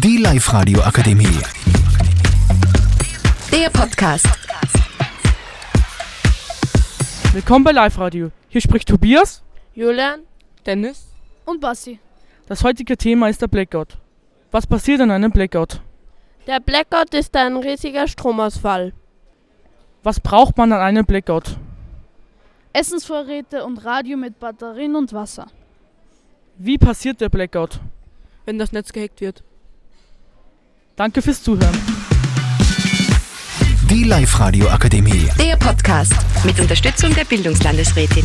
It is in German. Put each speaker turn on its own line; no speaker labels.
Live radio akademie
Der Podcast.
Willkommen bei Live Radio. Hier spricht Tobias,
Julian,
Dennis.
Und Basti.
Das heutige Thema ist der Blackout. Was passiert an einem Blackout?
der Blackout ist ein riesiger Stromausfall.
Was braucht man an einem Blackout?
Essensvorräte und Radio mit Batterien und Wasser.
Wie passiert der Blackout?
wenn das Netz gehackt wird.
Danke fürs Zuhören.
Die Live radio akademie
Der Podcast.
mit Unterstützung der Bildungslandesrätin.